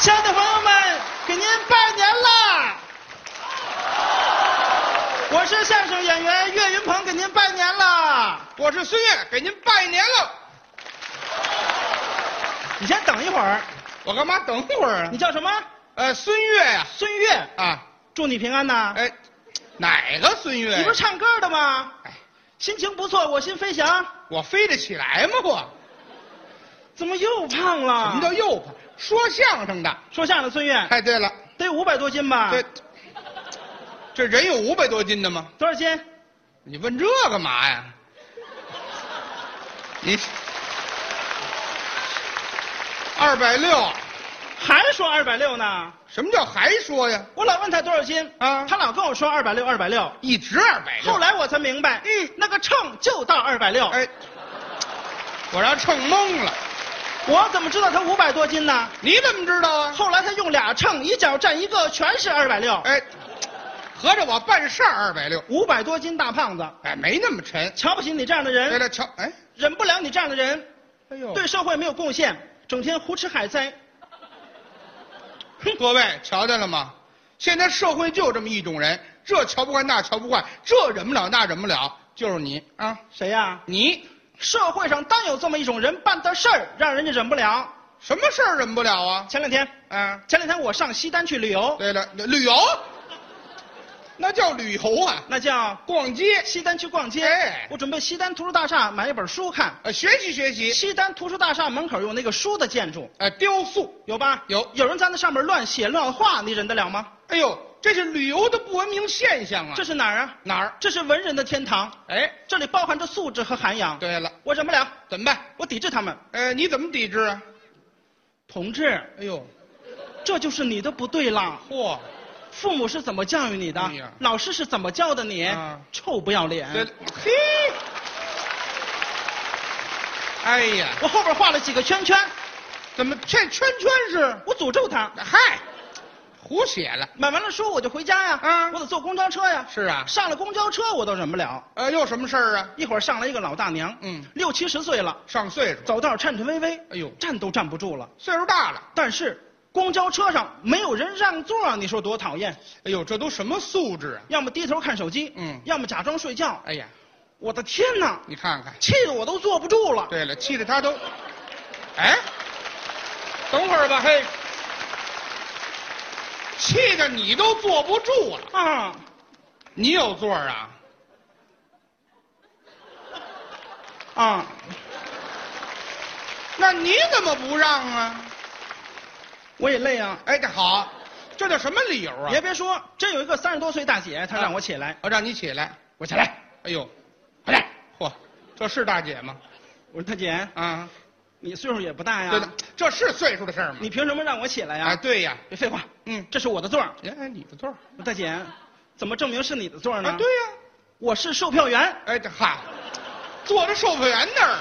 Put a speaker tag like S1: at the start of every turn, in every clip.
S1: 亲爱的朋友们，给您拜年啦！我是相声演员岳云鹏，给您拜年啦！
S2: 啊我是孙越，给您拜年了。
S1: 你先等一会儿，
S2: 我干嘛等会儿啊
S1: 你？叫什么？
S2: 呃，孙越呀、
S1: 孙越，
S2: 啊，
S1: 祝你平安呐！
S2: 哎，哪个孙越呀？
S1: 你不是唱歌的吗？
S2: 哎，
S1: 心情不错，我心飞翔。
S2: 我飞得起来吗？我
S1: 怎么又胖了？
S2: 什么叫又胖？说相声的。
S1: 说相声的孙越？
S2: 哎，对了，
S1: 得五百多斤吧？
S2: 这这人有五百多斤的吗？
S1: 多少斤？
S2: 你问这干嘛呀？你二百六，
S1: 还说二百六呢？
S2: 什么叫还说呀？
S1: 我老问他多少斤
S2: 啊
S1: 他老跟我说二百六，二百六。
S2: 一直二百六。
S1: 后来我才明白，
S2: 嗯
S1: 那个秤就到二百六。
S2: 哎，我让秤懵了。
S1: 我怎么知道他五百多斤呢？
S2: 你怎么知道啊？
S1: 后来他用俩秤，一脚站一个，全是二百六。
S2: 哎，合着我办事儿二百六，
S1: 五百多斤大胖子，
S2: 哎，没那么沉。
S1: 瞧不起你这样的
S2: 对
S1: 人，
S2: 了，瞧，哎，
S1: 忍不了你这样的人，
S2: 哎呦，
S1: 对社会没有贡献，整天胡吃海塞。
S2: 各位瞧见了吗？现在社会就这么一种人，这瞧不惯，那瞧不惯，这忍不了，那忍不了，就是你啊，
S1: 谁呀、
S2: 你
S1: 社会上单有这么一种人，办的事儿让人家忍不了。
S2: 什么事儿忍不了啊？
S1: 前两天，
S2: 啊，
S1: 前两天我上西单去旅游，
S2: 对了，旅游，那叫旅游啊，
S1: 那叫
S2: 逛街，
S1: 西单去逛街
S2: 哎。
S1: 我准备西单图书大厦买一本书看。
S2: 呃，学习学习，
S1: 西单图书大厦门口有那个书的建筑，
S2: 呃，雕塑，
S1: 有吧？
S2: 有
S1: 有人在那上面乱写乱画，你忍得了吗？
S2: 哎呦，这是旅游的不文明现象啊！
S1: 这是哪儿啊？
S2: 哪儿？
S1: 这是文人的天堂，
S2: 哎，
S1: 这里包含着素质和涵养。
S2: 对了，
S1: 我忍不了，
S2: 怎么办？
S1: 我抵制他们。
S2: 呃，你怎么抵制啊？
S1: 同志，
S2: 哎呦，
S1: 这就是你的不对了。
S2: 嚯，
S1: 父母是怎么教育你的？
S2: 哎呀
S1: 老师是怎么教的你？
S2: 啊
S1: 臭不要脸！
S2: 对了，嘿，哎呀，
S1: 我后边画了几个圈圈，
S2: 怎么这圈圈是？
S1: 我诅咒他。
S2: 嗨，胡写了。
S1: 买完了书我就回家呀，
S2: 啊
S1: 我得坐公交车呀。
S2: 是啊，
S1: 上了公交车我都忍不了，
S2: 呃，又什么事儿啊？
S1: 一会儿上来一个老大娘，
S2: 嗯
S1: 六七十岁了，
S2: 上岁数，
S1: 走道颤颤巍巍，
S2: 哎呦，
S1: 站都站不住了。
S2: 岁数大了，
S1: 但是公交车上没有人让座，你说多讨厌？
S2: 哎呦，这都什么素质啊？
S1: 要么低头看手机，
S2: 嗯
S1: 要么假装睡觉。
S2: 哎呀，
S1: 我的天哪，
S2: 你看看。
S1: 气得我都坐不住了。
S2: 对了，气得他都，哎，等会儿吧，嘿，气得你都坐不住了。
S1: 啊，
S2: 你有座儿啊？
S1: 啊，
S2: 那你怎么不让啊？
S1: 我也累啊。
S2: 哎，这好，这叫什么理由啊？
S1: 也别说，真有一个三十多岁大姐，她让我起来，
S2: 我让你起来，我起来。哎呦，回来！嚯，这是大姐吗？
S1: 我说大姐，
S2: 啊，
S1: 你岁数也不大
S2: 对的
S1: 呀，，
S2: 这是岁数的事儿吗？
S1: 啊你凭什么让我起来
S2: 啊，
S1: 呀？
S2: 对呀，
S1: 别废话，
S2: 嗯，
S1: 这是我的座儿。
S2: 哎，你的座儿
S1: 我说大姐，怎么证明是你的座儿
S2: 啊
S1: 呢？，
S2: 对，呀，
S1: 我是售票员。
S2: 哎，这哈，坐着售票员那儿，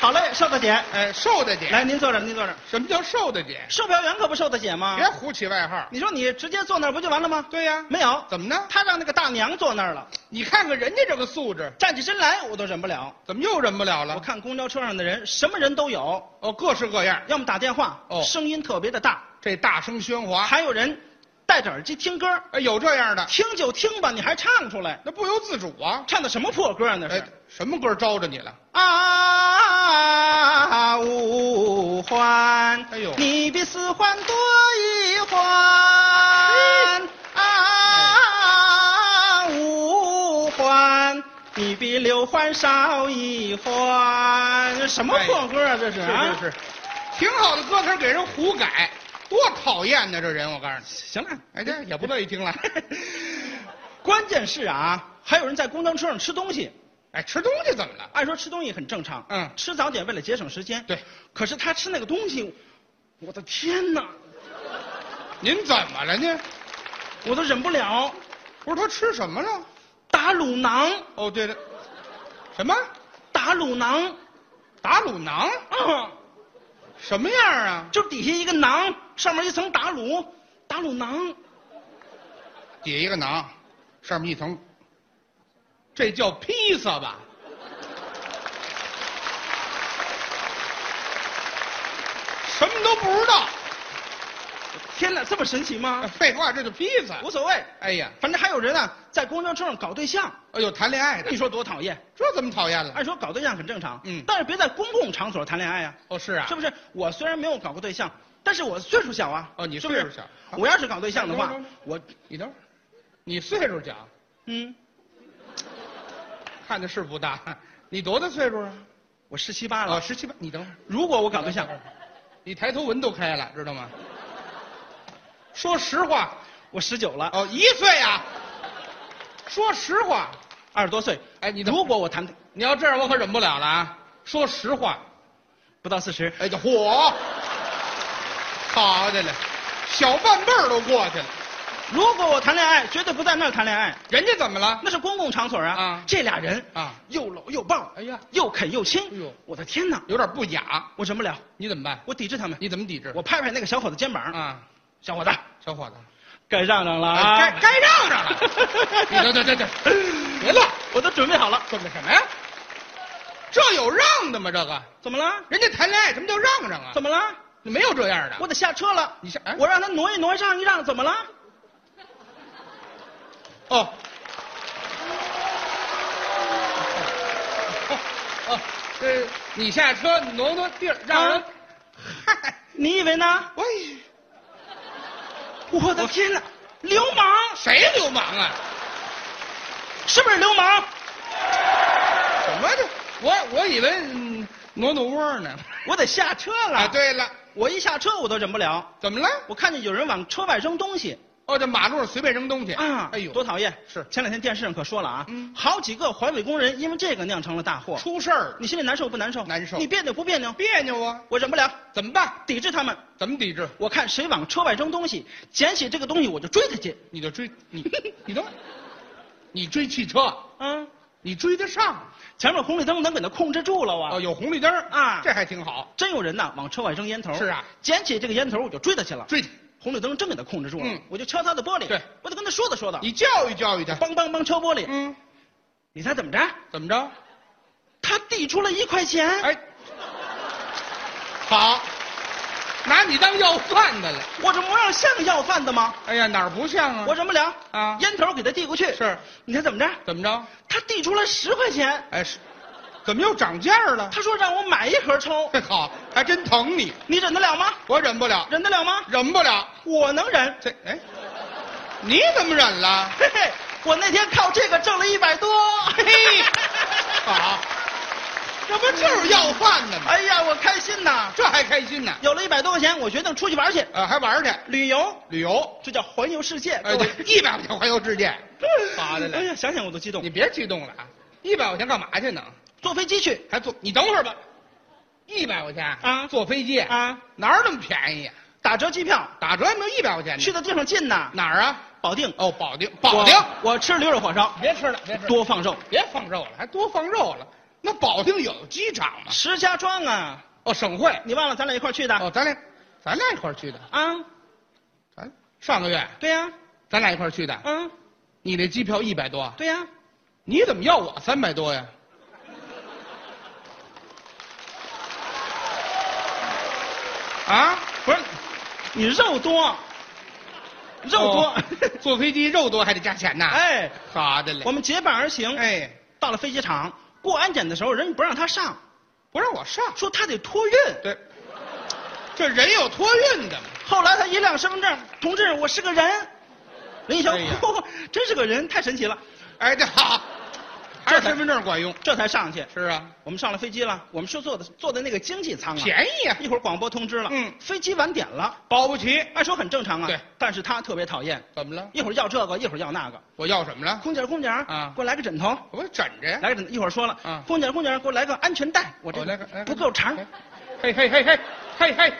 S1: 好嘞，邵大姐，
S2: 哎，瘦大姐，
S1: 来，您坐这儿，您坐这儿。
S2: 什么叫瘦大姐？
S1: 售票员可不售大姐吗？
S2: 别胡起外号。
S1: 你说你直接坐那儿不就完了吗？
S2: 对呀，
S1: 没有，
S2: 怎么呢？
S1: 他让那个大娘坐那儿了，
S2: 你看看人家这个素质，
S1: 站起身来我都忍不了。
S2: 怎么又忍不了
S1: 我
S2: 了？
S1: 看公交车上的人，什么人都有，
S2: 哦，各式各样，
S1: 要么打电话，
S2: 哦啊
S1: 声音特别的大，
S2: 这大声喧哗，
S1: 还有人戴着耳机听歌，
S2: 哎，有这样的，
S1: 听就听吧，你还唱出来，
S2: 那不由自主啊。
S1: 唱的什么破歌啊那
S2: 哎
S1: 是？，
S2: 什么歌招着你了？哎
S1: 啊，五环，
S2: 哎呦
S1: 你比四环多一环，
S2: 哎
S1: 啊，五环，你比六环少一环，什么破歌啊这是啊？
S2: 哎是是，挺好的歌词儿给人胡改，多讨厌呢！这人，我告诉你，
S1: 行了，
S2: 哎，这也不乐意听了。
S1: 关键是啊，还有人在公交车上吃东西，
S2: 哎，吃东西怎么了？
S1: 按说吃东西很正常，
S2: 嗯
S1: 吃早点为了节省时间，
S2: 对，
S1: 可是他吃那个东西，我的天哪，
S2: 您怎么了呢？
S1: 我都忍不了。
S2: 不是他吃什么了？
S1: 打卤囊，
S2: 哦，对了，什么
S1: 打卤囊，
S2: 打卤囊？
S1: 啊，
S2: 什么样啊？
S1: 就底下一个囊，上面一层打卤，打卤囊，
S2: 底下一个囊，上面一层，这叫披萨吧？什么都不知道，
S1: 天哪，这么神奇吗？
S2: 废话，这就披萨
S1: 无。所谓，
S2: 哎呀，
S1: 反正还有人啊，在公交车上搞对象，
S2: 哎呦，谈恋爱的
S1: 你，说多讨厌？
S2: 这怎么讨厌了？
S1: 按说搞对象很正常，
S2: 嗯
S1: 但是别在公共场所谈恋爱啊，
S2: 哦，是啊
S1: 是，不是？我虽然没有搞过对象，但是我岁数小啊，
S2: 哦你
S1: 是不是
S2: 岁数小好
S1: 我要是搞对象的话
S2: 等会儿，
S1: 我
S2: 你等会儿，你岁数小，
S1: 嗯，
S2: 看的是不大，你多大岁数啊？
S1: 我十七八
S2: 哦，
S1: 了，
S2: 十七八。你等会儿，
S1: 如果我搞对象，
S2: 你抬头纹都开了，知道吗？说实话，
S1: 我十九了，
S2: 哦，一岁啊。说实话，
S1: 二十多岁，
S2: 哎，你等会
S1: 如
S2: 儿
S1: 果我谈
S2: 你要这样，我可忍不了了啊！说实话，
S1: 不到四十，
S2: 哎呀，火！好的嘞，小半辈儿都过去了，
S1: 如果我谈恋爱，绝对不在那儿谈恋爱，
S2: 人家怎么了？
S1: 那是公共场所啊。
S2: 啊
S1: 这俩人
S2: 啊，
S1: 又搂又抱，
S2: 哎呀，
S1: 又啃又亲，
S2: 哎呦
S1: 我的天哪，
S2: 有点不雅，
S1: 我忍不了，
S2: 你怎么办？
S1: 我抵制他们。
S2: 你怎么抵制？
S1: 我拍拍那个小伙子肩膀，
S2: 啊，
S1: 小伙子，
S2: 小伙子，
S1: 该让让了啊，
S2: 该该让 让了。你等等等等，别乱，
S1: 我都准备好了。
S2: 准备什么呀？这有让的吗？这个
S1: 怎么了？
S2: 人家谈恋爱什么叫让让啊？
S1: 怎么了？
S2: 没有这样的。
S1: 我得下车了。
S2: 你下哎
S1: 我让他挪一挪，让一让，怎么了？
S2: 哦。哦，呃，你下车挪挪地儿，让人
S1: 啊，
S2: 嗨，
S1: 你以为呢？
S2: 喂，
S1: 我的天哪！流氓
S2: 谁流氓啊？
S1: 是不是流氓？
S2: 什么这？我我以为嗯挪挪窝呢。
S1: 我得下车了。
S2: 啊，，对了，
S1: 我一下车我都忍不了，
S2: 怎么了？
S1: 我看见有人往车外扔东西
S2: 哦，这马路上随便扔东西
S1: 啊，
S2: 哎呦，
S1: 多讨厌！
S2: 是
S1: 前两天电视上可说了啊，
S2: 嗯
S1: 好几个环卫工人因为这个酿成了大祸。
S2: 出事儿了，
S1: 你心里难受不难受？
S2: 难受
S1: 你别扭不别扭？
S2: 别扭啊！
S1: 我忍不了，
S2: 怎么办？
S1: 抵制他们。
S2: 怎么抵制？
S1: 我看谁往车外扔东西，捡起这个东西我就追他去。
S2: 你就追你，你等会儿，你追汽车，
S1: 嗯，
S2: 你追得上
S1: 前面红绿灯能给他控制住了啊。
S2: 哦，有红绿灯儿
S1: 啊
S2: 这还挺好，
S1: 真有人呐往车外扔烟头。
S2: 是啊，
S1: 捡起这个烟头我就追他去了。
S2: 追去
S1: 红绿灯真给他控制住了，
S2: 嗯
S1: 我就敲他的玻璃。
S2: 对，
S1: 我得跟他说道说道。
S2: 你教育教育他。
S1: 梆梆梆敲玻璃，
S2: 啊哎嗯，
S1: 你猜怎么着？
S2: 怎么着？
S1: 他递出了一块钱。
S2: 哎，好，拿你当要饭的了。
S1: 我这模样像要饭的吗？
S2: 哎呀，哪儿不像啊？
S1: 我忍不了
S2: 啊
S1: 烟头给他递过去。
S2: 是，
S1: 你猜怎么着？
S2: 怎么着？
S1: 他递出了十块钱，
S2: 哎，是，怎么又涨价了？
S1: 他说让我买一盒抽，
S2: 嘿， 好，还真疼你，
S1: 你忍得了吗？
S2: 我忍不了，
S1: 忍得了吗？
S2: 忍不了。
S1: 我能忍。
S2: 这哎，你怎么忍 了？
S1: 嘿嘿，我那天靠这个挣了一百多。嘿
S2: 嘿
S1: 嘿，
S2: 好， 这不就是要饭的吗？
S1: 哎呀，我开心呐！
S2: 这还开心呢，
S1: 有了一百多块钱，我决定出去玩去，
S2: 呃，还玩儿去
S1: 旅游，
S2: 旅游，
S1: 这叫环游世界。
S2: 哎，
S1: 各位
S2: 对，一百块钱环游世界，好的
S1: 哎
S2: 嘞，
S1: 呀，想想我都激动
S2: 你。别激动了啊，一百块钱干嘛去呢？
S1: 坐飞机去
S2: 还坐？你等会儿吧，一百块钱
S1: 啊
S2: 坐飞机
S1: 啊，
S2: 哪儿那么便宜啊？
S1: 打折机票，
S2: 打折也没有一百块钱呢
S1: 去的地方近呐，
S2: 哪儿啊？
S1: 保定。
S2: 哦，保定，哎保定，啊
S1: 我，我吃驴肉火烧，
S2: 别吃了，别吃了，
S1: 多放肉。
S2: 别放肉了，还多放肉了。那保定有机场吗？
S1: 石家庄啊，
S2: 哦，省会。
S1: 你忘了咱俩一块儿去的、
S2: 哦，咱俩，咱俩一块儿去的。
S1: 啊？
S2: 咱上个月
S1: 对呀、
S2: 咱俩一块儿去的。
S1: 嗯，
S2: 你那机票一百多，
S1: 对呀、
S2: 你怎么要我三百多呀？啊，
S1: 不是，你肉多，肉多。
S2: 哦坐飞机肉多还得加钱呐。，
S1: 哎，
S2: 好的嘞。
S1: 我们结伴而行。
S2: 哎，
S1: 到了飞机场过安检的时候，人家不让他上，
S2: 不让我上。
S1: 说他得托运。
S2: 对，这人有托运的嘛。
S1: 后来他一亮身份证，同志，我是个人。人一瞧，
S2: 哎呀
S1: 嚯、 真是个人，太神奇了，
S2: 哎，这好，还是身份证管用。
S1: 这才上去。
S2: 是啊，
S1: 我们上了飞机了，我们是坐的坐的那个经济舱啊。
S2: 便宜啊，
S1: 一会儿广播通知了，
S2: 嗯
S1: 飞机晚点了，
S2: 保不齐。
S1: 按说很正常啊。
S2: 对，
S1: 但是他特别讨厌，
S2: 怎么了？
S1: 一会儿要这个，一会儿要那个。
S2: 我要什么了？
S1: 空姐，空姐，
S2: 啊
S1: 给我来个枕头，
S2: 我枕着呀。
S1: 来个枕头。一会儿说了，
S2: 啊
S1: 空姐，空姐，给我来个安全带，我这
S2: 哦来个来个
S1: 不够长，
S2: 嘿嘿嘿嘿嘿嘿，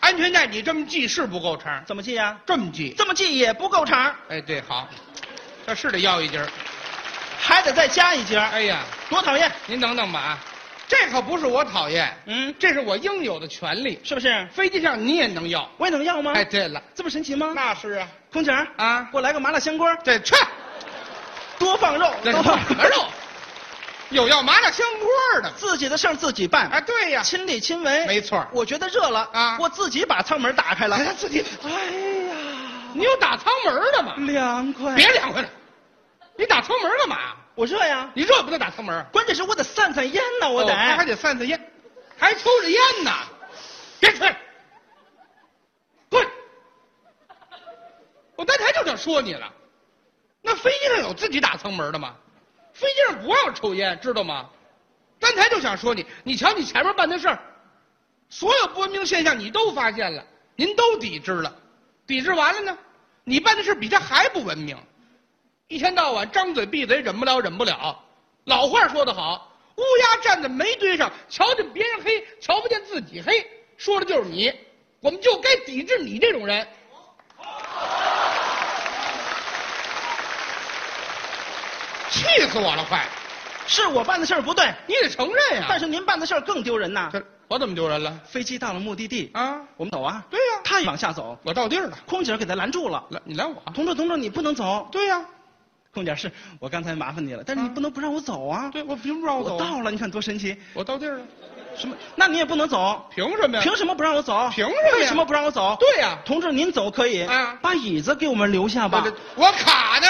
S2: 安全带你这么系是不够长，
S1: 怎么系呀？
S2: 这么系。
S1: 这么系也不够长，
S2: 哎，对，好，这是得要一截儿。
S1: 还得再加一节儿，
S2: 哎呀，
S1: 多讨厌！
S2: 您等等吧啊，这可不是我讨厌，
S1: 嗯，
S2: 这是我应有的权利。
S1: 是不是？
S2: 飞机上你也能要。
S1: 我也能要吗？
S2: 哎，对了，
S1: 这么神奇吗？
S2: 那是啊
S1: 空姐儿，
S2: 啊
S1: 给，我来个麻辣香锅，
S2: 这去，
S1: 多放肉，
S2: 这
S1: 多
S2: 什
S1: 放
S2: 么肉？有要麻辣香锅的。
S1: 自己的事儿自己办，
S2: 啊，对呀，
S1: 亲力亲为，
S2: 没错儿
S1: 我觉得热了
S2: 啊
S1: 我自己把舱门打开了。
S2: 哎自己嗯
S1: 哎呀，
S2: 你有打舱门的吗？
S1: 凉快！
S2: 别凉快了，你打舱门干嘛？
S1: 我热呀，
S2: 你热不得打舱门？啊
S1: 关键是我得散散烟呢，我得。
S2: 哦他还得散散烟，还抽着烟呢。别吹了，滚！我刚才就想说你了，那飞机上有自己打舱门的吗？飞机上不让抽烟，知道吗？刚才就想说你，你瞧你前面办的事儿，所有不文明现象你都发现了，您都抵制了，抵制完了呢，你办的事比他还不文明，一天到晚张嘴闭嘴，忍不了忍不了。老话说得好，乌鸦站在煤堆上，瞧见别人黑，瞧不见自己黑，说的就是你。我们就该抵制你这种人。气死我了！快，
S1: 是我办的事儿不对，
S2: 你得承认呀、
S1: 但是您办的事儿更丢人呐。
S2: 啊这我怎么丢人了？
S1: 飞机到了目的地，
S2: 啊，
S1: 我们走啊。
S2: 对呀
S1: 他也往下走，
S2: 我到地儿了，
S1: 空姐给他拦住了。
S2: 来，你来我。
S1: 同志，同志，你不能走。
S2: 啊对呀、
S1: 空姐是我刚才麻烦你了，但是你
S2: 啊
S1: 不能不让我走啊。
S2: 对，我凭什么让我走
S1: 我
S2: 啊？
S1: 到了，你看多神奇。
S2: 我到地儿了，
S1: 什么？那你也不能走。
S2: 凭什么呀？
S1: 凭什么不让我走？
S2: 凭什么呀
S1: 为什么不让我走？
S2: 对呀、
S1: 同志，您走可以，
S2: 啊
S1: 把椅子给我们留下吧
S2: 我。这我卡那